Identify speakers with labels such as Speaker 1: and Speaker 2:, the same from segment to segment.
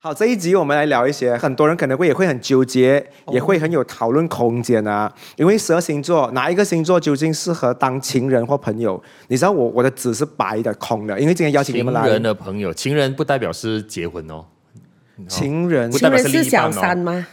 Speaker 1: 好，这一集我们来聊一些很多人可能会也会很纠结，
Speaker 2: 哦
Speaker 1: 也会很有讨论空间啊。因为十二星座哪一个星座究竟适合当情人或朋友？你知道我我的纸是白的空的，因为今天邀请你
Speaker 2: 情
Speaker 1: 们来
Speaker 2: 人的啊朋友，情人不代表是结婚哦。
Speaker 1: 情人
Speaker 2: 不
Speaker 3: 情
Speaker 2: 代表
Speaker 3: 人
Speaker 2: 是另
Speaker 3: 是
Speaker 2: 一半
Speaker 3: 小
Speaker 2: 哦
Speaker 3: 三吗？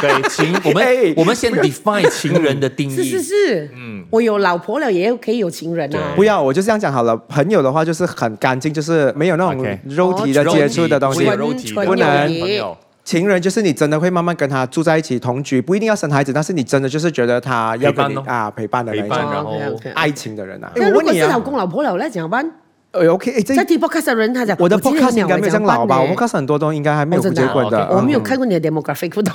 Speaker 2: 对，情我们、
Speaker 1: 哎
Speaker 2: 我们先 define 情人的定义。
Speaker 3: 是是是，我有老婆了，也可以有情人啊。
Speaker 1: 不要，我就这样讲好了。朋友的话就是很干净，就是没有那种
Speaker 2: OK
Speaker 1: 肉体的
Speaker 3: 哦
Speaker 1: 接触的东
Speaker 2: 不
Speaker 1: 西
Speaker 2: 会。有肉体的
Speaker 3: 纯
Speaker 1: 不能
Speaker 3: 友谊
Speaker 2: 朋友，
Speaker 1: 情人就是你真的会慢慢跟他住在一起同居，不一定要生孩子，但是你真的就是觉得他要跟你
Speaker 2: 陪伴咯
Speaker 1: 啊陪伴的那一
Speaker 2: 陪伴
Speaker 1: 种
Speaker 3: 哦
Speaker 2: 然后
Speaker 3: OK，OK
Speaker 1: 爱情的人啊。
Speaker 3: 那
Speaker 1: 哎
Speaker 3: 如
Speaker 1: 我
Speaker 3: 果
Speaker 1: 问你
Speaker 3: 是
Speaker 1: 啊
Speaker 3: 老公老婆了呢，怎么办？
Speaker 1: 哎，OK，哎，这
Speaker 3: 在 d p o d c a s 的人他讲，
Speaker 1: 我的
Speaker 3: 今天
Speaker 1: podcast 应该没有这样老吧？我 podcast 很多都应该还没有
Speaker 3: 哦真的
Speaker 1: 结
Speaker 3: 啊
Speaker 1: 婚的。
Speaker 2: OK，
Speaker 3: 我没有
Speaker 1: 嗯
Speaker 3: 看过你的 demographic，不懂。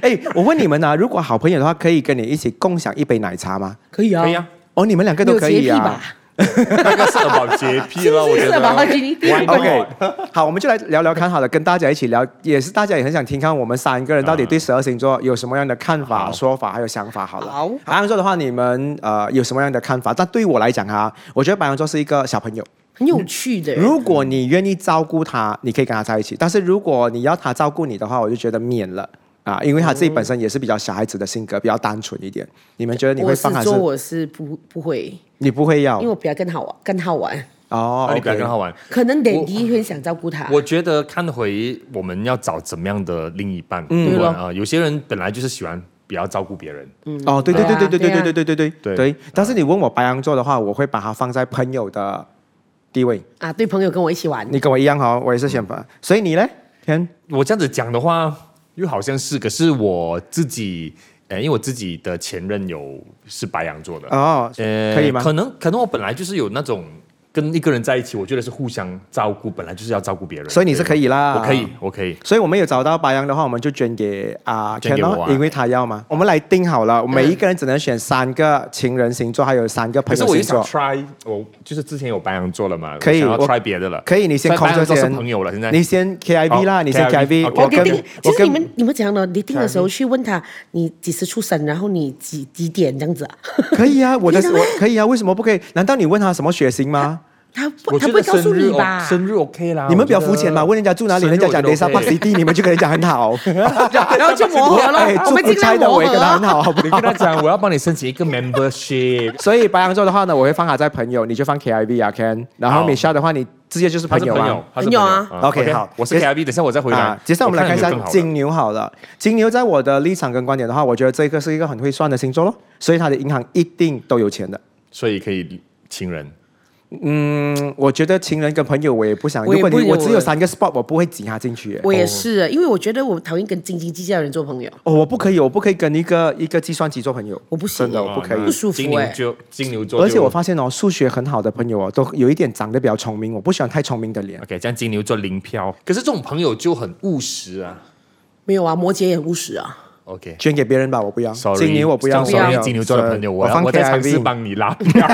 Speaker 1: 哎，我问你们啊，如果好朋友的话，可以跟你一起共享一杯奶茶吗？
Speaker 3: 可以啊，
Speaker 2: 可以啊，
Speaker 1: 哦，你们两个
Speaker 3: 没
Speaker 1: 都
Speaker 3: 有
Speaker 1: 可
Speaker 3: 洁
Speaker 1: 以
Speaker 3: 癖
Speaker 1: 啊
Speaker 3: 吧。？
Speaker 2: 那个是 about 洁癖了，我觉
Speaker 3: 是
Speaker 2: 得。
Speaker 3: 吧？给你
Speaker 2: Why not？
Speaker 1: OK，好，我们就来聊聊看好了，跟大家一起聊，也是大家也很想听看我们三个人到
Speaker 3: 啊
Speaker 1: 底对十二星座有什么样的看法、
Speaker 2: 好
Speaker 1: 说法还有想法。好了，
Speaker 3: 好
Speaker 1: 白羊座的话，你们呃有什么样的看法？但对于我来讲哈，我觉得白羊座是一个小朋友，
Speaker 3: 很有趣的。
Speaker 1: 如果你愿意照顾他，你可以跟他在一起；但是如果你要他照顾你的话，我就觉得免了。啊，因为他自己本身也是比较小孩子的性格，比较单纯一点。你们觉得你
Speaker 3: 我
Speaker 1: 会
Speaker 3: 是
Speaker 1: 放还是哦
Speaker 3: 说嗯我是不不会，
Speaker 1: 你不会要
Speaker 3: 因为？我比他更好玩，更好玩。
Speaker 1: 哦
Speaker 2: 那你比较
Speaker 1: ，OK，
Speaker 2: 更好玩。
Speaker 3: 可能 Daddy 会想照顾他。
Speaker 2: 我觉得看回我们要找怎么样的另一半，嗯
Speaker 3: 对咯
Speaker 2: 啊、有些人本来就是喜欢比较照顾别人，
Speaker 1: 哦，对对
Speaker 3: 对啊
Speaker 1: 对对对
Speaker 3: 对啊
Speaker 1: 对对对对对
Speaker 2: 对
Speaker 1: 对。但是你问我白羊座的话，我会把它放在朋友的地位。
Speaker 3: 啊，对朋友跟我一起玩，
Speaker 1: 你跟我一样哦哈，我也是选吧。所以你呢？天，
Speaker 2: 我这样子讲的话，又好像是，可是我自己，呃，因为我自己的前任有是白羊座的，
Speaker 1: 哦，
Speaker 2: 呃，
Speaker 1: 可以吗
Speaker 2: 可能可能我本来就是有那种跟一个人在一起，我觉得是互相照顾，本来就是要照顾别人，
Speaker 1: 所以你是可以啊啦。
Speaker 2: 我可以。，我可以。
Speaker 1: 所以我们有找到白羊的话，我们就捐给啊
Speaker 2: 捐
Speaker 1: Ken
Speaker 2: 给我啊嗯
Speaker 1: 咯，因为他要嘛。我们来定好了，每一个人只能选三个情人星座，还有三个
Speaker 2: 可
Speaker 1: 朋
Speaker 2: 是
Speaker 1: 友
Speaker 2: 我也
Speaker 1: 星
Speaker 2: 想
Speaker 1: 座。
Speaker 2: try，我就是之前有白羊座了嘛，
Speaker 1: 可以
Speaker 2: 我想
Speaker 1: 我
Speaker 2: 要 try 别的了。
Speaker 1: 可以，你先
Speaker 2: 所以
Speaker 1: 空
Speaker 2: 白
Speaker 1: 着
Speaker 2: 羊座是
Speaker 1: 先，
Speaker 2: 朋友哦了，现在
Speaker 1: 你先 KIV 啦，
Speaker 2: 好
Speaker 1: 你先
Speaker 2: KIV
Speaker 1: KIV，
Speaker 2: OK
Speaker 1: 我
Speaker 3: 我你
Speaker 1: 跟
Speaker 3: 定，
Speaker 1: 我
Speaker 3: 就是你
Speaker 1: 跟啊
Speaker 3: 们你们讲的，你定的时候去问他你几时出生，然后你几几点这样子啊？
Speaker 1: 可以啊，我的
Speaker 3: 你的
Speaker 1: 我
Speaker 3: 吗
Speaker 1: 可以啊，为什么不可以？难道你问他什么血型吗？
Speaker 3: 他
Speaker 2: 我
Speaker 3: 不他
Speaker 2: 觉
Speaker 3: 不
Speaker 2: 得
Speaker 3: 会告
Speaker 2: 生
Speaker 3: 诉
Speaker 2: 日
Speaker 3: 你
Speaker 2: 哦
Speaker 3: 吧？
Speaker 2: 生日 OK 啦，
Speaker 1: 你们比较
Speaker 2: 我觉得
Speaker 1: 肤浅嘛？问人家住哪里，
Speaker 2: 生日
Speaker 1: 人家讲
Speaker 2: 我觉得
Speaker 1: Desa
Speaker 2: OK
Speaker 1: Park 你们就跟人家很好。
Speaker 3: 然后就磨合了
Speaker 1: 哎，
Speaker 3: 我
Speaker 1: 住
Speaker 3: 们
Speaker 1: 不
Speaker 3: 尽
Speaker 1: 拆
Speaker 3: 量
Speaker 1: 的我
Speaker 3: 磨合
Speaker 1: 也跟他很
Speaker 3: 啊。
Speaker 1: 好，好不
Speaker 2: 你
Speaker 1: 好
Speaker 2: 跟？他讲，我要帮你申请一个 membership，
Speaker 1: 所以白羊座的话呢，我会放他在朋友，你就放 KIV 啊 Ken，然后
Speaker 2: 好
Speaker 1: Michelle 的话，你直接就是
Speaker 2: 他
Speaker 1: 朋
Speaker 2: 是
Speaker 1: 友
Speaker 2: 朋
Speaker 1: 啊
Speaker 2: 友。，他是
Speaker 3: 朋友啊
Speaker 1: OK，好
Speaker 2: 我是
Speaker 1: 接
Speaker 2: KIV，等一下我再回来
Speaker 1: 啊，。接下来我们来看一下
Speaker 2: 有更好的
Speaker 1: 金牛好了。金牛在我的立场跟观点的话，我觉得这个是一个很会算的星座咯，所以他的银行一定都有钱的。
Speaker 2: 所以可以情人。
Speaker 1: 嗯，我觉得情人跟朋友我也不想，
Speaker 3: 我
Speaker 1: 如
Speaker 3: 也
Speaker 1: 果
Speaker 3: 不
Speaker 1: 你我只有
Speaker 3: 我
Speaker 1: 三个 spot，我不会挤他进去。
Speaker 3: 我也是，因为我觉得我讨厌跟斤斤计较的人做朋友，
Speaker 1: 哦，我不可以，我不可以跟一个一个计算机做朋友，
Speaker 3: 我不行
Speaker 1: 真
Speaker 3: 啊
Speaker 1: 的我不可以
Speaker 2: 哇那
Speaker 3: 不舒服
Speaker 2: 金牛
Speaker 3: 欸
Speaker 2: 就金牛座就，
Speaker 1: 而且我发现哦，数学很好的朋友哦，都有一点长得比较聪明，我不喜欢太聪明的脸。
Speaker 2: OK，这样金牛座零票。可是这种朋友就很务实啊。
Speaker 3: 没有啊，摩羯也很务实啊。
Speaker 2: OK，
Speaker 1: 捐给别人吧，我不要。
Speaker 2: Sorry，
Speaker 1: 金牛我不要，
Speaker 2: 这
Speaker 3: 样
Speaker 1: 我不
Speaker 2: sorry，
Speaker 1: 要
Speaker 2: 金牛座的朋友，
Speaker 1: 我
Speaker 2: 我要
Speaker 1: 放
Speaker 2: 我在尝试
Speaker 1: KIV。
Speaker 2: 帮你拉 票，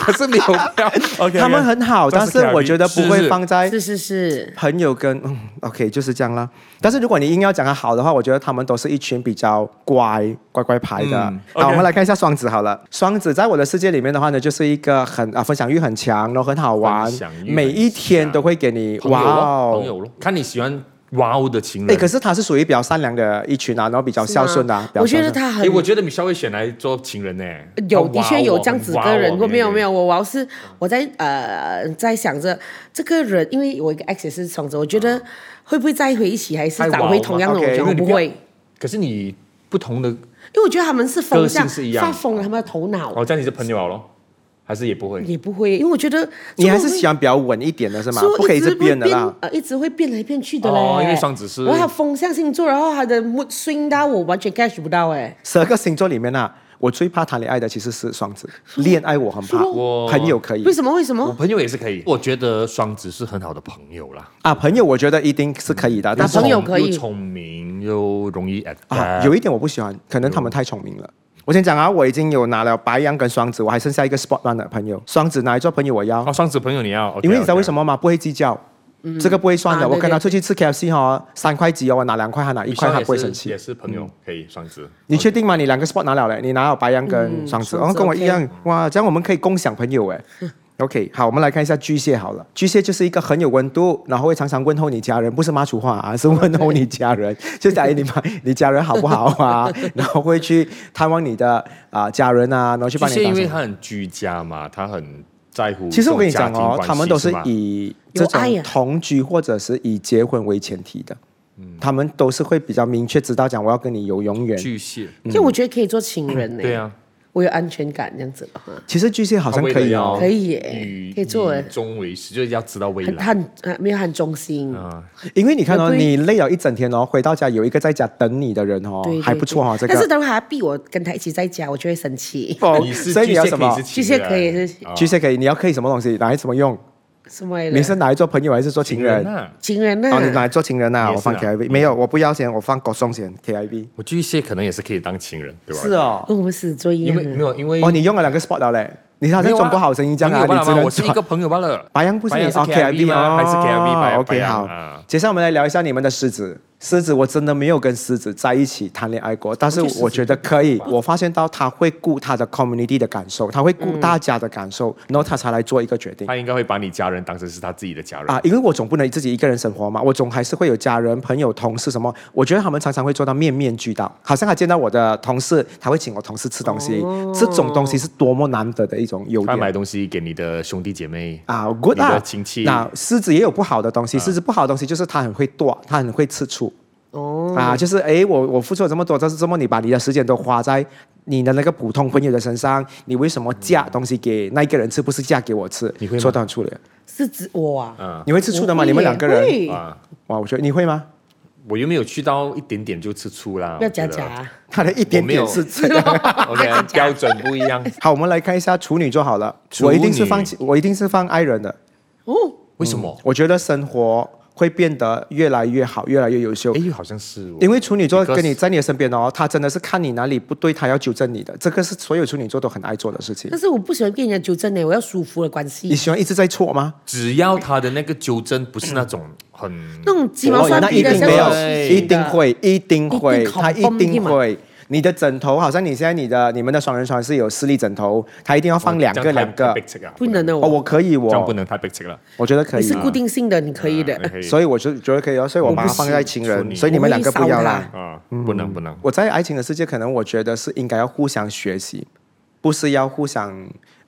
Speaker 2: 可是没有 票。OK，
Speaker 1: 他们很好，但是我觉得不会放在
Speaker 3: 是是是，
Speaker 1: 朋友跟嗯，OK 就是这样啦。但是如果你硬要讲他好的话，我觉得他们都是一群比较乖乖乖牌的。
Speaker 2: 嗯
Speaker 1: 好，
Speaker 2: OK
Speaker 1: 我们来看一下双子好了。双子在我的世界里面的话呢，就是一个很啊分享欲很强，然后很好玩
Speaker 2: 分享欲，很
Speaker 1: 每一天
Speaker 2: 强
Speaker 1: 都会给你
Speaker 2: 哇
Speaker 1: 哇
Speaker 2: 哦，
Speaker 1: 哦
Speaker 2: 朋。友咯，看你喜欢哇哦的情
Speaker 1: 哎，
Speaker 2: 人。
Speaker 1: 可是他是属于比较善良的一群啊，然后比较孝顺的、啊
Speaker 3: 是吗。
Speaker 1: 比较
Speaker 3: 嗯我觉
Speaker 1: 孝
Speaker 3: 得
Speaker 1: 顺
Speaker 3: 他很
Speaker 2: 哎，我觉得你稍微选来做情人呢，
Speaker 3: 有
Speaker 2: 哇哦
Speaker 3: 的确有这样子的人，我没有没，有，
Speaker 2: 哇哦
Speaker 3: 我我要是我在呃在想着这个人，因为我一个 ex 也是双子，我觉得会不会再回一起，还是
Speaker 2: 嗯太
Speaker 3: 找
Speaker 2: 哇哦
Speaker 3: 回
Speaker 2: 了
Speaker 3: 同样的？我
Speaker 1: OK，
Speaker 3: 觉
Speaker 1: 因
Speaker 3: 得
Speaker 1: 为
Speaker 3: 我
Speaker 2: 你
Speaker 3: 不
Speaker 2: 不要
Speaker 3: 会，
Speaker 2: 可是你不同的，
Speaker 3: 因为我觉得他们是风向
Speaker 2: 个性是一样
Speaker 3: 发疯了，他们的头脑
Speaker 2: 哦，这样你是朋友了咯，还是也不会？
Speaker 3: 也不会，因为我觉得
Speaker 1: 你还是喜欢比较稳一点的是吗？
Speaker 3: 说
Speaker 1: 不可以
Speaker 3: 一
Speaker 1: 一直
Speaker 3: 直
Speaker 1: 变的啦
Speaker 3: 会。呃，一直会变来变去的嘞。
Speaker 2: 哦因为双子是
Speaker 3: 我还有风象星座，然后他的 mood swing 到我完全 catch 不到哎。
Speaker 1: 十二个星座里面啊，我最怕谈恋爱的其实是双子，恋爱我很怕
Speaker 3: 是，
Speaker 2: 我
Speaker 1: 朋友
Speaker 2: 嗯
Speaker 1: 可以
Speaker 3: 为什么？为什
Speaker 2: 我
Speaker 3: 么？
Speaker 2: 朋友也是可以，我觉得双子是很好的朋友啦。
Speaker 1: 啊，朋友我觉得一定是可以的，但
Speaker 3: 那
Speaker 1: 是
Speaker 3: 啊朋友
Speaker 2: 聪
Speaker 3: 可以
Speaker 2: 又聪明又容易 a d
Speaker 1: 啊，有一点我不喜欢，可能他们太聪明了。我先讲啊，我已经有拿了白羊跟双子，我还剩下一个 spot one 的朋友，双子哪一座啊朋友我要？
Speaker 2: 哦，啊双子朋友你要，OK，OK，
Speaker 1: 因为你知道为什么吗？不会计较。这个不会算的，
Speaker 3: 啊
Speaker 1: 我跟他
Speaker 3: 对
Speaker 1: 出去吃 KFC 哈，三块几哦，我拿两块，他拿一块，
Speaker 2: Michelle
Speaker 1: 他不会
Speaker 2: 也是
Speaker 1: 生气嗯
Speaker 2: 也。是朋友，可以双子。
Speaker 1: 你确定吗？你两个 spot 拿了嘞？你拿了白羊跟双子，哦，
Speaker 3: 嗯双子
Speaker 1: 跟我
Speaker 3: OK
Speaker 1: 一样哇！这样我们可以共享朋友哎。 OK，好，我们来看一下巨蟹好了。巨蟹就是一个很有温度，然后会常常问候你家人，不是骂粗话啊，是问候你家 人，就是哎，你妈，你家人好不好啊？然后会去探望你的啊、家人啊，然后去
Speaker 2: 巨
Speaker 1: 帮你
Speaker 2: 蟹
Speaker 1: 打
Speaker 2: 因
Speaker 1: 扫
Speaker 2: 为他很居家嘛，他很在乎。
Speaker 1: 其实我跟你讲哦，他们都
Speaker 2: 是
Speaker 1: 是
Speaker 2: 吗
Speaker 1: 以这
Speaker 3: 有爱啊
Speaker 1: 种
Speaker 3: 呀
Speaker 1: 同居或者是以结婚为前提的，他们都是会比较明确知道讲我要跟你有永远。
Speaker 2: 嗯巨蟹，
Speaker 3: 就我觉得可以做情人
Speaker 2: 嗯
Speaker 3: 呢、哎
Speaker 2: 对，啊，
Speaker 3: 我有安全感这样子的话，
Speaker 1: 其实巨蟹好像
Speaker 2: 他为了
Speaker 1: 可以
Speaker 2: 要
Speaker 1: 哦，
Speaker 3: 可以耶、
Speaker 2: 以
Speaker 3: 可以做哎
Speaker 2: 以
Speaker 3: 耶、
Speaker 2: 终为始，就是要知道未
Speaker 3: 很
Speaker 2: 来。
Speaker 3: 很很没有很忠心，
Speaker 2: 啊，
Speaker 1: 因为你看哦，
Speaker 3: 对
Speaker 1: 你累了一整天哦，回到家有一个在家等你的人哦
Speaker 3: 对，
Speaker 1: 还不错
Speaker 3: 哈、
Speaker 1: 哦，这
Speaker 3: 但是
Speaker 1: 个。
Speaker 3: 等会他逼我跟他一起在家，我就会 生气。
Speaker 1: 哦
Speaker 2: 你是
Speaker 1: 所以你
Speaker 2: 巨蟹
Speaker 1: 要
Speaker 2: 可以
Speaker 1: 什么
Speaker 2: 是？
Speaker 3: 巨
Speaker 2: 情
Speaker 3: 蟹
Speaker 2: 人
Speaker 3: 可以是
Speaker 2: 啊
Speaker 1: 巨蟹可以，你要可以什么东西？拿来什么用？
Speaker 3: 什么来
Speaker 1: 哦你是
Speaker 3: 的？
Speaker 1: 拿来做朋友还是做情人？
Speaker 2: 啊，
Speaker 3: 情人呢、
Speaker 1: 哦，你拿来做情人啊？
Speaker 2: 也是啊
Speaker 1: 我放 KIV，没有，我不要钱，我放狗送钱 KIV。
Speaker 2: 我巨蟹可能也是可以当情人，对吧？
Speaker 1: 是，哦，
Speaker 3: 跟我们是做一
Speaker 2: 因
Speaker 3: 样啊
Speaker 2: 为
Speaker 3: 的
Speaker 2: 没有因为
Speaker 1: 哦，你用了两个 spot 了嘞，你好像中国好声音这样啊，
Speaker 2: 没有
Speaker 1: 你
Speaker 2: 啊
Speaker 1: 只能
Speaker 2: 朋友罢了嘛我是一
Speaker 1: 做
Speaker 2: 个朋友罢了。
Speaker 1: 白羊不
Speaker 2: 白羊
Speaker 1: 行
Speaker 2: 是
Speaker 1: 哦
Speaker 2: KIV 啊，还是 KIV 白
Speaker 1: OK
Speaker 2: 白羊
Speaker 1: 好
Speaker 2: 啊。
Speaker 1: 接下来我们来聊一下你们的狮子。狮子，我真的没有跟狮子在一起谈恋爱过，但是我觉得可以。我发现到他会顾他的 community 的感受，他会顾大家的感
Speaker 2: 嗯
Speaker 1: 受，然后他才来做一个决定。
Speaker 2: 他应该会把你家人当成是他自己的家人
Speaker 1: 啊，因为我总不能自己一个人生活嘛，我总还是会有家人、朋友、同事什么。我觉得他们常常会做到面面俱到，好像他见到我的同事，他会请我同事吃东西，
Speaker 2: 哦
Speaker 1: 这种东西是多么难得的一种优
Speaker 2: 他买
Speaker 1: 点。
Speaker 2: 东西给你的兄弟姐妹
Speaker 1: 啊，good
Speaker 2: 你
Speaker 1: 啊
Speaker 2: 的啊亲戚！
Speaker 1: 那狮子也有不好的东西，狮子不好的东西就是他很会剁，他很会吃醋。
Speaker 3: 哦，
Speaker 1: 啊，就是诶，我我付出了这么多，但是这么你把你的时间都花在你的那个普通朋友的身上，你为什么嫁东西给那一个人吃，不是嫁给我吃？
Speaker 2: 你会吗
Speaker 1: 说到醋了，
Speaker 3: 是指我啊。
Speaker 2: 嗯
Speaker 1: 你会吃醋的吗？
Speaker 3: 我
Speaker 1: 你
Speaker 3: 会
Speaker 1: 们
Speaker 3: 耶
Speaker 1: 两个人，
Speaker 3: 会
Speaker 2: 啊，
Speaker 1: 哇，我觉得你会吗？
Speaker 2: 我又没有去到一点点就吃醋啦，
Speaker 3: 不要假
Speaker 2: 我觉得
Speaker 3: 假。啊，
Speaker 1: 他的一点
Speaker 2: 我没有
Speaker 1: 点是这样。
Speaker 2: OK，标准不一样。
Speaker 1: 好，我们来看一下处女座好了，
Speaker 2: 处
Speaker 1: 我一定是
Speaker 2: 女
Speaker 1: 放弃，我一定是放爱人的。
Speaker 3: 哦，
Speaker 2: 为什么？
Speaker 1: 我觉得生活会变得越来越好，越来越优秀。
Speaker 2: 哎，好像是哦
Speaker 1: 因为处女座
Speaker 2: Because-
Speaker 1: 跟你在你的身边哦，他真的是看你哪里不对，他要纠正你的，这个是所有处女座都很爱做的事情
Speaker 3: 但。是我不喜欢跟人家纠正呢，我要舒服的关
Speaker 1: 你
Speaker 3: 系。
Speaker 1: 喜欢一直在错吗？
Speaker 2: 只要他的那个纠正不是那种很
Speaker 3: 那种鸡毛蒜
Speaker 1: 那
Speaker 3: 皮
Speaker 1: 一
Speaker 3: 的，
Speaker 1: 定
Speaker 3: 像
Speaker 1: 没
Speaker 3: 小
Speaker 1: 有
Speaker 3: 事
Speaker 2: 对，
Speaker 1: 一
Speaker 3: 情的
Speaker 1: 定会，一定会，
Speaker 3: 一定
Speaker 1: 他一
Speaker 3: confirm
Speaker 1: 定
Speaker 3: 添嘛
Speaker 1: 会。你的枕头好像你现在你的你们的双人床是有四粒枕头，他一定要放两
Speaker 2: 这
Speaker 1: 个
Speaker 2: 样太
Speaker 1: 两个
Speaker 2: 太。big tick 啊
Speaker 3: 不能的。
Speaker 1: 哦，
Speaker 3: 我
Speaker 1: 我可以，
Speaker 2: 这样不
Speaker 1: 我
Speaker 2: 能太 big tick 了。啊
Speaker 1: 我觉得可
Speaker 3: 你
Speaker 1: 以啊
Speaker 3: 是，固定性的，你可以的。
Speaker 2: OK
Speaker 1: 所以我就觉得可以哦，所以我把它放在情
Speaker 2: 我不
Speaker 1: 人，
Speaker 2: 信
Speaker 1: 所以嗯你们两个不要
Speaker 3: 我会
Speaker 1: 啦
Speaker 3: 烧。
Speaker 2: 啊，不能不能。
Speaker 1: 我在爱情的世界，可能我觉得是应该要互相学习，不是要互相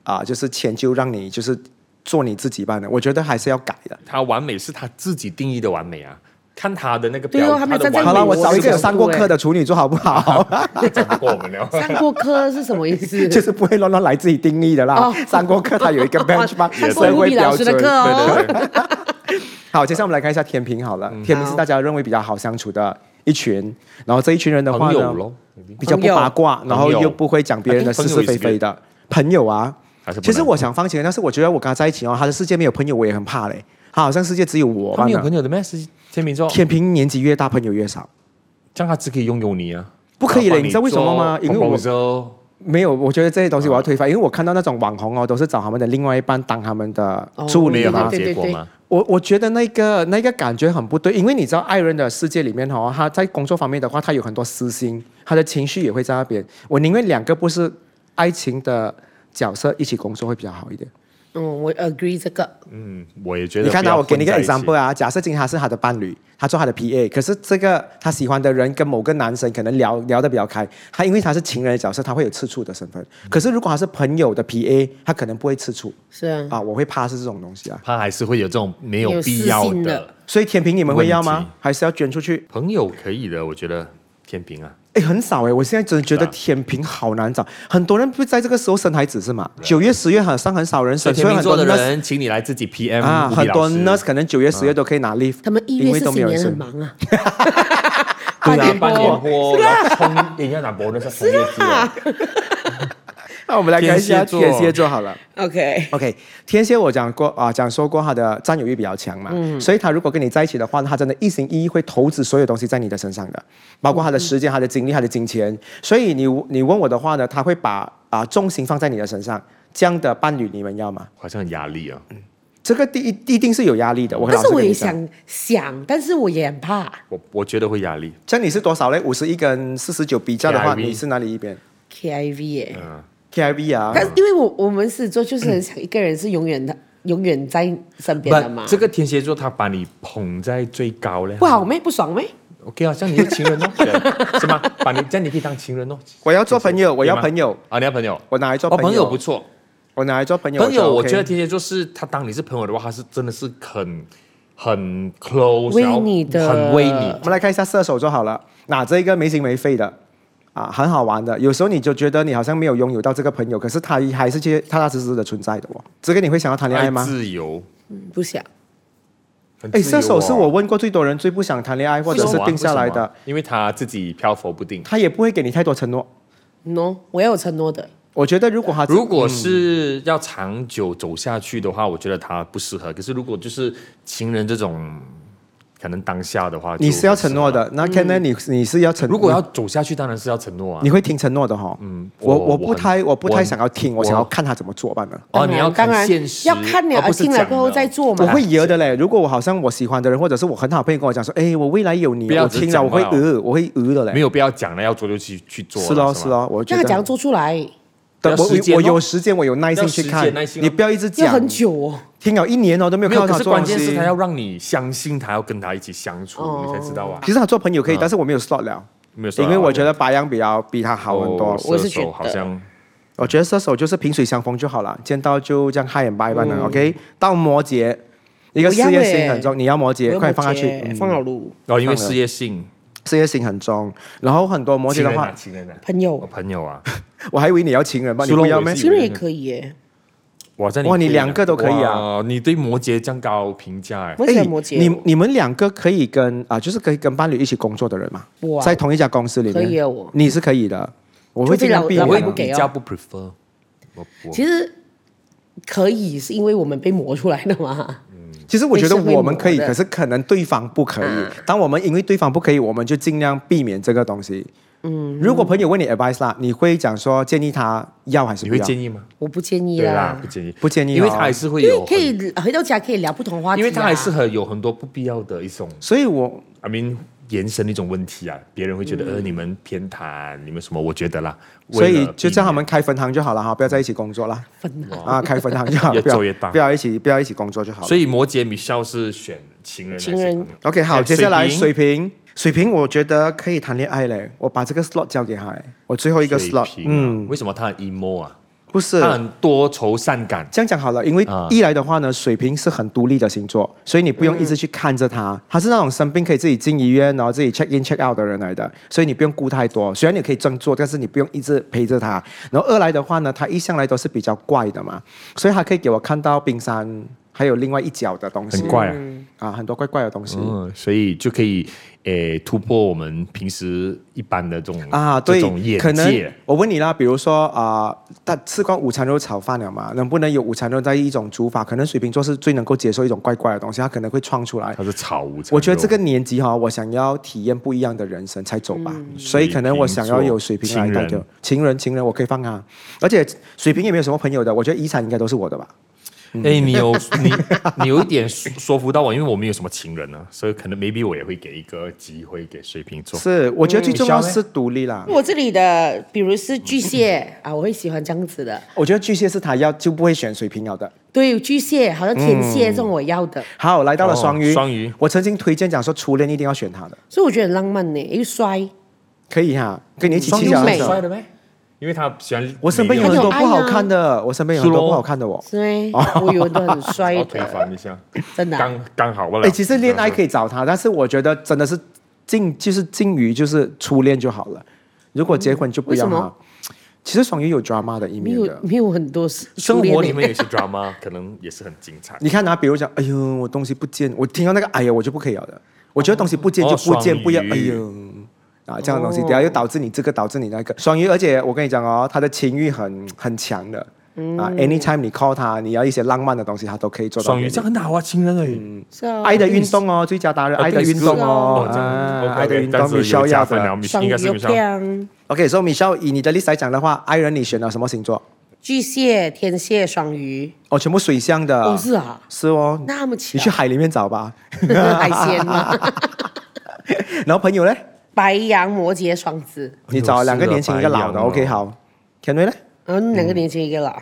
Speaker 1: 啊、就是迁就，让你就是做你自己般的。我觉得还是要改的。
Speaker 2: 他完美是他自己定义的完美啊，看他的那个
Speaker 3: 对哦
Speaker 2: 标，
Speaker 3: 他
Speaker 2: 他
Speaker 3: 们
Speaker 2: 的
Speaker 3: 站在
Speaker 1: 好
Speaker 2: 完
Speaker 1: 了，
Speaker 2: 美
Speaker 1: 我找一个有哦上过
Speaker 3: 我是
Speaker 1: 课的处女座好不好？
Speaker 2: 讲过我们了。
Speaker 3: 上过课是什么意 思？
Speaker 1: 就是不会乱乱来自己定义的啦
Speaker 3: 哦。
Speaker 1: 上过课他有 一个 benchmark
Speaker 3: 上过
Speaker 1: 社
Speaker 3: 物
Speaker 1: 会
Speaker 3: 理
Speaker 1: 标
Speaker 3: 老师的课
Speaker 1: 准。
Speaker 3: 哦。
Speaker 2: 对对对，
Speaker 1: 好，接下来我们来看一下天平好了。天平是
Speaker 3: 好
Speaker 1: 大家认为比较好相处的一群，然后这一群人的话
Speaker 2: 朋友
Speaker 1: 呢，
Speaker 2: 咯，
Speaker 1: 比较不
Speaker 3: 朋友
Speaker 1: 八卦，然后
Speaker 2: 朋友
Speaker 1: 又不会讲别人的是是非非的朋友啊。
Speaker 2: 还是不
Speaker 1: 其
Speaker 2: 能
Speaker 1: 实我想放弃，但是我觉得我跟他在一起哦，他的世界没有朋友，我也很怕嘞。他好像世界只有我
Speaker 2: 他
Speaker 1: 般
Speaker 2: 们有
Speaker 1: 的。
Speaker 2: 朋友的咩？是天秤座，
Speaker 1: 天平年纪越大，朋友越少，
Speaker 2: 这样他只可以拥有哦你啊，
Speaker 1: 不可以
Speaker 2: 然
Speaker 1: 嘞。你
Speaker 2: 后帮
Speaker 1: 知道为什么吗？
Speaker 2: 做
Speaker 1: 因为我
Speaker 2: proposal
Speaker 1: 没有，我觉得这些东西我要推
Speaker 2: 啊
Speaker 1: 翻，因为我看到那种网红哦，都是找他们的另外一半当他们的
Speaker 3: 哦
Speaker 1: 助
Speaker 2: 没
Speaker 1: 理
Speaker 2: 有
Speaker 1: 嘛
Speaker 2: 好。
Speaker 3: 对对
Speaker 2: 结
Speaker 3: 对
Speaker 2: 果嘛，
Speaker 1: 我我觉得那个那个感觉很不对，因为你知道爱人的世界里面哦，他在工作方面的话，他有很多私心，他的情绪也会在那边。我宁愿两个不是爱情的角色一起工作会比较好一点。
Speaker 3: 嗯，我 agree 这个。
Speaker 2: 嗯，我也觉得
Speaker 1: 你看
Speaker 2: 不
Speaker 1: 到
Speaker 2: 要
Speaker 1: 我给你一个
Speaker 2: 混在起
Speaker 1: example 啊，假设今天他是他的伴侣，他做他的 PA，可是这个他喜欢的人跟某个男生可能聊聊得比较开，他因为他是情人的角色，他会有吃醋的身份。
Speaker 2: 嗯
Speaker 1: 可是如果他是朋友的 PA，他可能不会吃醋
Speaker 3: 是啊，
Speaker 1: 啊，我会怕是这种东西啊。
Speaker 2: 他还是会有这种没有
Speaker 3: 有
Speaker 2: 必
Speaker 3: 私
Speaker 2: 要
Speaker 3: 心
Speaker 2: 的
Speaker 3: 的
Speaker 1: 所以甜品你们会要
Speaker 2: 问
Speaker 1: 吗
Speaker 2: 题？
Speaker 1: 还是要捐出去？
Speaker 2: 朋友可以的，我觉得天平啊，
Speaker 1: 哎，很少哎，我现在真的觉得
Speaker 2: 是啊
Speaker 1: 天平好难找，很多人不在这个时候生孩子是吗？九月、十月好像很少人
Speaker 2: 所
Speaker 1: 生，
Speaker 2: 以天
Speaker 1: 所以
Speaker 2: 秤
Speaker 1: 很多
Speaker 2: 座的
Speaker 1: nurse
Speaker 2: 人，请你来自己 PM
Speaker 1: 啊，
Speaker 2: 吴
Speaker 1: 很
Speaker 2: 比
Speaker 1: 多
Speaker 2: 老嗯师
Speaker 1: nurse 可能九月、十月都可以拿 leave，
Speaker 3: 他们一
Speaker 1: 因
Speaker 3: 月
Speaker 1: 为
Speaker 3: 是
Speaker 1: 都没
Speaker 3: 新
Speaker 1: 有
Speaker 3: 年很
Speaker 1: 生。
Speaker 3: 忙啊，
Speaker 2: 对啊，
Speaker 3: 办
Speaker 2: 办
Speaker 3: 年
Speaker 2: 年货，然
Speaker 1: 啊
Speaker 2: 后冲人家拿 bonus 冲业绩啊，
Speaker 1: 那我们来看一下
Speaker 2: 天蝎座
Speaker 1: 天蝎座好了。
Speaker 3: OK，
Speaker 1: OK，天蝎我讲过啊，讲说过他的占有欲比较强嘛，
Speaker 3: 嗯
Speaker 1: 所以他如果跟你在一起的话，他真的一心一意会投资所有东西在你的身上的，包括他的时间、他的精力、他的金钱。所以你你问我的话呢，他会把啊重心放在你的身上。这样的伴侣你们要吗？
Speaker 2: 好像很压力啊。这
Speaker 1: 这个第一一定是有压力的。我
Speaker 3: 但是
Speaker 1: 老实
Speaker 3: 我
Speaker 1: 跟你
Speaker 3: 也
Speaker 1: 讲，
Speaker 3: 想想，但是我也很怕。
Speaker 2: 我我觉得会压力，
Speaker 1: 像你是多少嘞？五十一跟四十九比较的话，
Speaker 2: KIV
Speaker 1: 你是哪里一边？
Speaker 3: KIV 耶、
Speaker 2: 嗯，
Speaker 1: carry 啊
Speaker 3: 但，是因为我我们狮子座就是很想一个人是永远的，永远在身边的嘛
Speaker 2: But。这个天蝎座他把你捧在最高了，
Speaker 3: 不好咩？不爽咩？
Speaker 2: OK 啊，这样你是情人哦， 对是吗？把你这样你可以当情人哦。
Speaker 1: 我要做朋友，我要
Speaker 2: 对吗
Speaker 1: 朋友，
Speaker 2: 啊，你要朋友，
Speaker 1: 我拿来做
Speaker 2: 哦，朋
Speaker 1: 友
Speaker 2: 友不错，
Speaker 1: 我拿来做朋友，
Speaker 2: 哦朋友，我觉得
Speaker 1: OK
Speaker 2: 天蝎座是他当你是朋友的话，他是真的是很很 close，
Speaker 3: 为
Speaker 2: 然后
Speaker 3: 你的
Speaker 2: 很为你
Speaker 1: 我。们来看一下射手座好了，那这一个没心没肺的啊，很好玩的。有时候你就觉得你好像没有拥有到这个朋友，可是他还是切踏踏实实的存在的哦。这个你会想要谈恋爱吗？
Speaker 2: 自由，
Speaker 3: 嗯不想。
Speaker 2: 很
Speaker 1: 哎，
Speaker 2: 自由
Speaker 1: 射手
Speaker 2: 哦
Speaker 1: 是我问过最多人最不想谈恋爱或者是
Speaker 2: 为什么啊
Speaker 1: 定下来
Speaker 2: 为什么
Speaker 1: 的
Speaker 2: 啊，因为他自己漂浮不定。
Speaker 1: 他也不会给你太多承诺。
Speaker 3: no，我要有承诺的。
Speaker 1: 嗯我觉得如果他
Speaker 2: 如果是要长久走下去的话，我觉得他不适合。可是如果就是情人这种，可能当下的话，
Speaker 1: 你是要承诺
Speaker 2: 的。
Speaker 1: 的，那 Ken 呢？你你是要承
Speaker 2: 嗯如果要走下去，当然是要承诺啊
Speaker 1: 你。会听承诺的哈。嗯，我
Speaker 2: 我
Speaker 1: 我不
Speaker 2: 我
Speaker 1: 太我不
Speaker 2: 我
Speaker 1: 太想要听，我
Speaker 2: 我
Speaker 1: 想要看他怎么做罢了。
Speaker 2: 哦，
Speaker 3: 当然
Speaker 2: 你要
Speaker 3: 当
Speaker 2: 看
Speaker 3: 然
Speaker 2: 现实，哦
Speaker 3: 要看了，
Speaker 2: 而不是
Speaker 3: 听了
Speaker 2: 讲
Speaker 3: 过后
Speaker 2: 的
Speaker 3: 再做嘛。
Speaker 1: 我
Speaker 2: 哎
Speaker 1: 会觉的嘞。如果我好像我喜欢的人，或者是我很好朋友跟我讲说，哎，我未来有你，
Speaker 2: 不要
Speaker 1: 我
Speaker 2: 只
Speaker 1: 听了
Speaker 2: 讲
Speaker 1: 我会
Speaker 2: 话哦
Speaker 1: 呃，我会呃的嘞
Speaker 2: 没。有必要讲了，要做就去去做了。
Speaker 1: 是
Speaker 2: 咯
Speaker 1: 咯是，咯，我觉
Speaker 3: 那个怎样
Speaker 1: 得
Speaker 3: 做出来？
Speaker 1: 等
Speaker 2: 要
Speaker 1: 我
Speaker 2: 时间
Speaker 1: 我
Speaker 2: 咯
Speaker 1: 有时间，我有耐心
Speaker 2: 要
Speaker 1: 去
Speaker 2: 时
Speaker 1: 看
Speaker 2: 间耐。心咯
Speaker 1: 你不要一直讲，
Speaker 3: 要很久哦。
Speaker 1: 听了一年哦都没有
Speaker 2: 没
Speaker 1: 看到
Speaker 2: 有。可
Speaker 1: 他
Speaker 2: 是
Speaker 1: 做
Speaker 2: 关
Speaker 1: 东
Speaker 2: 键是
Speaker 1: 西
Speaker 2: 他。要让你相信他，要跟他一起相处，
Speaker 3: 哦
Speaker 2: 你才知道啊。
Speaker 1: 其实他做朋友可以，但是我没有 slot 了，
Speaker 2: 没有说啊，
Speaker 1: 因为我觉得白羊比较比他好很多
Speaker 2: 哦。
Speaker 3: 我是
Speaker 2: 射手
Speaker 3: 觉得
Speaker 2: 好像
Speaker 1: 我觉得射手就是萍水相逢就好了，见到就这样 hi and bye 吧呢。OK，到
Speaker 2: 嗯
Speaker 1: 摩羯，一个
Speaker 3: 我
Speaker 1: 事
Speaker 3: 要
Speaker 1: 业
Speaker 3: 欸
Speaker 1: 心很重，你要摩羯，
Speaker 3: 我要
Speaker 1: 快
Speaker 3: 摩
Speaker 1: 放下去。
Speaker 3: 羯
Speaker 1: 嗯
Speaker 3: 放好路。
Speaker 2: 哦，因为
Speaker 1: 上了
Speaker 2: 事业性，
Speaker 1: 事业心很重，然后很多摩羯
Speaker 2: 情
Speaker 1: 的
Speaker 2: 人
Speaker 1: 话
Speaker 2: 啊，，情人啊，
Speaker 3: 朋
Speaker 2: 我
Speaker 3: 友，
Speaker 2: 朋友啊，
Speaker 1: 我还以为你要情人吧，你
Speaker 2: 苏
Speaker 1: 不
Speaker 2: 龙
Speaker 1: 要
Speaker 2: 我
Speaker 1: 咩
Speaker 2: 也？
Speaker 3: 情人也可以耶。
Speaker 2: 哇，这样
Speaker 1: 哇
Speaker 2: 可以
Speaker 1: 你两个都可以啊！
Speaker 2: 哇你对摩羯这样高评价哎，
Speaker 3: 我喜欢摩羯，
Speaker 1: 你你们两个可以跟啊，就是可以跟伴侣一起工作的人嘛
Speaker 3: 我，啊
Speaker 1: 在同一家公司里
Speaker 3: 可以
Speaker 1: 面，
Speaker 3: 啊我。
Speaker 1: 你是可以的。我会
Speaker 3: 除非
Speaker 1: 尽量
Speaker 3: 老
Speaker 1: 避
Speaker 3: 老
Speaker 2: 我
Speaker 1: 免啊
Speaker 3: 板
Speaker 2: 会
Speaker 3: 不。给
Speaker 2: 比
Speaker 3: 哦
Speaker 2: 较不 prefer，我我
Speaker 3: 其实可以是因为我们被磨出来的嘛。
Speaker 1: 其实我觉得
Speaker 3: 你是会
Speaker 1: 我们可以，
Speaker 3: 磨的嗯
Speaker 1: 可是可能对方不可以。当我们因为对方不可以，我们就尽量避免这个东西。嗯，如果朋友问你 advice 啦，你会讲说建议他要还是
Speaker 2: 你
Speaker 1: 不
Speaker 2: 会
Speaker 1: 要？
Speaker 2: 建议吗？
Speaker 3: 我不建议
Speaker 2: 对啦
Speaker 3: 啦，
Speaker 2: 不，建议，
Speaker 1: 不建议哦
Speaker 2: 因为他还是会
Speaker 3: 因为
Speaker 2: 有
Speaker 3: 可以回到家可以聊不同话
Speaker 2: 很，
Speaker 3: 题
Speaker 2: 因
Speaker 3: 啊，
Speaker 2: 为他还是很有很多不必要的一种
Speaker 1: 所以我
Speaker 2: ，I mean 延伸的一种问题啊，别人会觉得呃你们偏袒，你们什么？我觉得啦，
Speaker 1: 嗯所
Speaker 2: 为
Speaker 1: 以
Speaker 2: 了
Speaker 1: 就叫他
Speaker 2: 避
Speaker 1: 们开分行就好了哈，不要在一起工作啦。
Speaker 3: 分啊。
Speaker 1: 啊，开分行就好，
Speaker 2: 越
Speaker 1: 不要
Speaker 2: 做越大
Speaker 1: 不要一起不要一起工作就好
Speaker 2: 免。
Speaker 1: 了。
Speaker 2: 所以摩羯米肖是选情人还是朋友，
Speaker 3: 情人
Speaker 1: OK，好，
Speaker 2: 哎
Speaker 1: 接下来水
Speaker 2: 水
Speaker 1: 瓶，水瓶我觉得可以谈恋爱嘞，我把这个 slot 交给他嘞，我最后一个
Speaker 2: 水
Speaker 1: slot，
Speaker 2: 瓶啊
Speaker 1: 嗯，
Speaker 2: 为什么他很 emo 啊？
Speaker 1: 不是。
Speaker 2: 他很多愁善感，
Speaker 1: 这样讲好了，因为
Speaker 2: 啊嗯
Speaker 1: 一来的话呢，水瓶是很独立的星座，所以你不用一直去看着他，他是那种生病可以自己进医院，然后自己 check in check out 的人来的，所以你不用顾太多。虽然你可以振作，但是你不用一直陪着他。然后二来的话呢，他一向来都是比较怪的嘛，所以他可以给我看到冰山还有另外一角的东西，
Speaker 2: 很怪啊。
Speaker 1: 啊，很多怪怪的东西。
Speaker 2: 嗯，所以就可以诶突破我们平时一般的这种
Speaker 1: 啊，
Speaker 2: 这
Speaker 1: 对
Speaker 2: 种，眼
Speaker 1: 可能
Speaker 2: 界。
Speaker 1: 我问你啦，比如说啊，他、吃光午餐肉炒饭了嘛，能不能有午餐肉在一种煮法？可能水瓶座是最能够接受一种怪怪的东西，他可能会创出来。
Speaker 2: 他是草无常肉。
Speaker 1: 我觉得这个年纪哈、我想要体验不一样的人生才走吧，所以可能我想要有水瓶来带
Speaker 2: 水瓶
Speaker 1: 着
Speaker 2: 座
Speaker 1: 情人，情人我可以放啊，而且水瓶也没有什么朋友的，我觉得遗产应该都是我的吧。
Speaker 2: 哎、你 有你你有一点说说服到我，因为我没有什么情人啊，所以可能 maybe 我也会给一个机会给水瓶座。
Speaker 1: 是，我觉得最重要
Speaker 2: 你笑咩
Speaker 1: 是独立啦。
Speaker 3: 我这里的，比如是巨蟹啊，我会喜欢这样子的。
Speaker 1: 我觉得巨蟹是他要就不会选水瓶了的。
Speaker 3: 对，巨蟹好像天蝎这种我要的，
Speaker 1: 好，来到了
Speaker 2: 哦
Speaker 1: 双鱼，
Speaker 2: 双鱼
Speaker 1: 我曾经推荐讲说初恋一定要选他的，
Speaker 3: 所以我觉得很浪漫呢，又帅，
Speaker 1: 可以哈，跟你一起
Speaker 3: 嗯双
Speaker 1: 骑
Speaker 3: 鱼
Speaker 1: 脚踏
Speaker 3: 美
Speaker 1: 车。
Speaker 2: 的咩？因为他喜欢
Speaker 1: 我身边有
Speaker 2: 美
Speaker 1: 很
Speaker 2: 丽的
Speaker 1: 多不好看
Speaker 3: 哎
Speaker 1: 的，我身边有很多不好看的我。
Speaker 3: 是吗？我有的很
Speaker 2: 我
Speaker 3: 帅
Speaker 2: 要推
Speaker 3: 的，
Speaker 2: 翻一下，
Speaker 3: 真的啊、
Speaker 2: 刚刚好罢了。
Speaker 1: 哎，其实恋爱可以找他，但是我觉得真的是近就是近于就是初恋就好了。如果结婚就不要
Speaker 3: 为什
Speaker 1: 哈
Speaker 3: 么。
Speaker 1: 其实双鱼有 drama 的一
Speaker 3: 没
Speaker 1: 面
Speaker 3: 有
Speaker 1: 的。
Speaker 3: 没有很多初
Speaker 2: 生
Speaker 3: 恋
Speaker 2: 活
Speaker 3: 呢
Speaker 2: 里面有些 drama，可能也是很精彩。
Speaker 1: 你看他，比如讲，哎呦，我东西不见，我听到那个哎呀，我就不可以了的。我觉得东西不见
Speaker 2: 哦
Speaker 1: 就不见，
Speaker 2: 双鱼
Speaker 1: 不要，哎呦。啊，这样的东西，等下又导致你这个，导致你那个。双鱼，而且我跟你讲哦，他的情欲很很强的，啊，anytime 你 call 他，你要一些浪漫的东西，他都可以做到
Speaker 2: 双
Speaker 1: 给
Speaker 2: 鱼
Speaker 1: 你。
Speaker 2: 这样很好啊，情人而已。
Speaker 3: 是啊
Speaker 1: 爱的运动哦，最佳达人，
Speaker 2: 啊
Speaker 1: 爱的运动哦，啊，爱的运动，你需要
Speaker 2: 分
Speaker 1: 的。
Speaker 2: 了，
Speaker 3: 双
Speaker 2: 应
Speaker 3: 鱼
Speaker 2: 该是
Speaker 3: 又
Speaker 2: Michelle
Speaker 3: 亮，
Speaker 1: OK，所以 Michelle 以你的 list 来讲的话，爱人你选了什么星座？
Speaker 3: 巨蟹、天蝎、双鱼，
Speaker 1: 哦，全部水象的
Speaker 3: 哦，是啊，
Speaker 1: 是哦，
Speaker 3: 那么巧
Speaker 1: 你，去海里面找吧。
Speaker 3: 海鲜嘛，
Speaker 1: 然后朋友呢，
Speaker 3: 白羊、摩羯、双子，
Speaker 1: 你找两个年轻一个老
Speaker 2: 是的
Speaker 1: 的
Speaker 2: 白羊哦
Speaker 1: ，OK 好。田瑞呢？
Speaker 3: 然嗯后两个年轻一个老，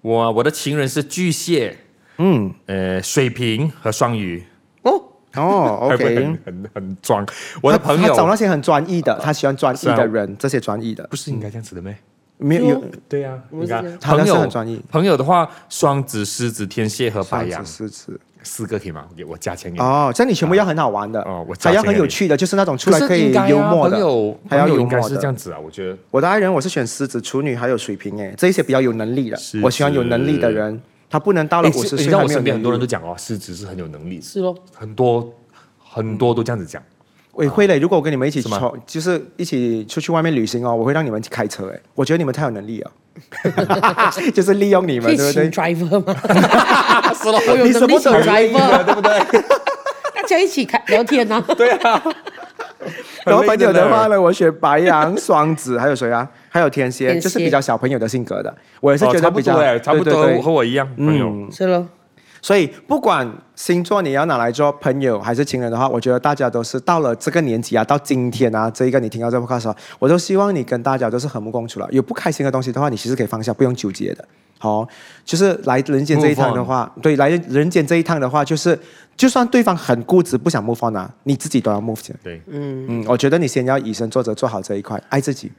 Speaker 2: 我我的情人是巨蟹，嗯，呃，水瓶和双鱼。
Speaker 3: 哦，
Speaker 1: 哦
Speaker 2: 会不
Speaker 1: ，OK
Speaker 2: 会很。很很装？我的朋
Speaker 1: 他他找那
Speaker 2: 友
Speaker 1: 些很专一的，他喜欢专一
Speaker 2: 是啊
Speaker 1: 的人，这些专一的
Speaker 2: 不是应该这样子的咩？
Speaker 1: 没有有
Speaker 2: 对呀、啊，
Speaker 3: 我
Speaker 2: 你
Speaker 3: 是
Speaker 2: 看
Speaker 3: 这样
Speaker 1: 他那
Speaker 2: 朋
Speaker 1: 是
Speaker 2: 友
Speaker 1: 很专一
Speaker 2: 朋友的话，双子、狮子、天蝎和白羊
Speaker 1: 狮子
Speaker 2: 四个可以吗？我我加钱给你。
Speaker 1: 哦，这样你全部要很好玩的
Speaker 2: 哦我，
Speaker 1: 还要
Speaker 2: 找
Speaker 1: 很
Speaker 2: 这个
Speaker 1: 有趣的，就是那种出
Speaker 2: 可
Speaker 1: 来
Speaker 2: 是
Speaker 1: 可以
Speaker 2: 应该啊
Speaker 1: 幽默的
Speaker 2: 朋友，
Speaker 1: 还要
Speaker 2: 朋友
Speaker 1: 幽
Speaker 2: 应该
Speaker 1: 默
Speaker 2: 是这
Speaker 1: 的。
Speaker 2: 样子啊，我觉得。
Speaker 1: 我的爱人我是选狮子、处女还有水瓶，哎，这一些比较有能力的
Speaker 2: 狮，
Speaker 1: 我喜欢有能力的
Speaker 2: 子
Speaker 1: 人，他不能到了
Speaker 2: 哎，
Speaker 1: 五十
Speaker 2: 你
Speaker 1: 岁
Speaker 2: 知道
Speaker 1: 还
Speaker 2: 我
Speaker 1: 没有
Speaker 2: 身边
Speaker 1: 能
Speaker 2: 很多人
Speaker 1: 力
Speaker 2: 都。讲哦，狮子是很有能力，
Speaker 3: 是咯，
Speaker 2: 很多很多都这样子讲。
Speaker 1: 我会的，如果我跟你们一起
Speaker 2: 啊是吗
Speaker 1: 出，就是一起出去外面旅行哦，我会让你们开车，哎，我觉得你们太有能 力了， 就是利用你
Speaker 3: 可
Speaker 1: 们，
Speaker 3: 以
Speaker 1: 对
Speaker 3: 请
Speaker 1: 不对？
Speaker 3: driver 吗？
Speaker 2: 是咯，
Speaker 3: 我有
Speaker 1: 你什
Speaker 3: 能力
Speaker 1: 么
Speaker 3: 请
Speaker 1: 能力
Speaker 3: driver，
Speaker 2: 对不 对？
Speaker 3: 大家一起开聊天呐。
Speaker 2: 对啊。
Speaker 1: 然后朋友的话
Speaker 2: 呢？
Speaker 1: 呢，我选白羊、双子，还有谁啊？还有天蝎，
Speaker 3: 天蝎
Speaker 1: 就是比较小朋友的性格的。我也是
Speaker 2: 哦
Speaker 1: 觉
Speaker 2: 差
Speaker 1: 得
Speaker 2: 不
Speaker 1: 比
Speaker 2: 多
Speaker 1: 较
Speaker 2: 哎，差不
Speaker 1: 对嗯对
Speaker 2: 多
Speaker 1: 对
Speaker 2: 和我一样朋友。
Speaker 3: 是咯，
Speaker 1: 所以不管星座你要拿来做朋友还是情人的话，我觉得大家都是到了这个年纪啊，到今天啊，这一个你听到这部课的时候，我都希望你跟大家都是和睦共处了。有不开心的东西的话，你其实可以放下，不用纠结的。好、就是来人间这一趟的话，对，来人间这一趟的话，就是就算对方很固执不想 move on 啊，你自己都要 move 起来。
Speaker 2: 对，
Speaker 1: 嗯，我觉得你先要以身作则，做好这一块，爱自己。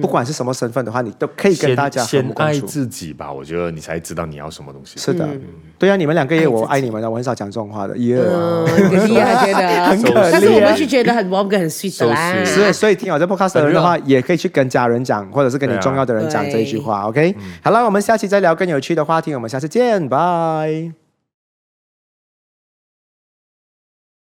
Speaker 1: 不管是什么身份的话，你都可以跟
Speaker 2: 先
Speaker 1: 大家和
Speaker 2: 先
Speaker 1: 睦共
Speaker 2: 爱
Speaker 1: 处。
Speaker 2: 自己吧，我觉得你才知道你要什么东西。
Speaker 1: 是的，对啊，你们两个也我爱你们的，我很少讲这种话的。耶、
Speaker 3: 嗯，可惜啊，觉得，
Speaker 1: 很可
Speaker 3: 但是我
Speaker 1: 怜
Speaker 3: 们是觉得很 warm 跟很 sweet 的啦。
Speaker 2: So
Speaker 1: 是，所以听我这 podcast 的人的话，也可以去跟家人讲，或者是跟你
Speaker 2: 对啊
Speaker 1: 重要的人讲这一句话。OK，好了，我们下期再聊更有趣的话题，我们下次见，拜。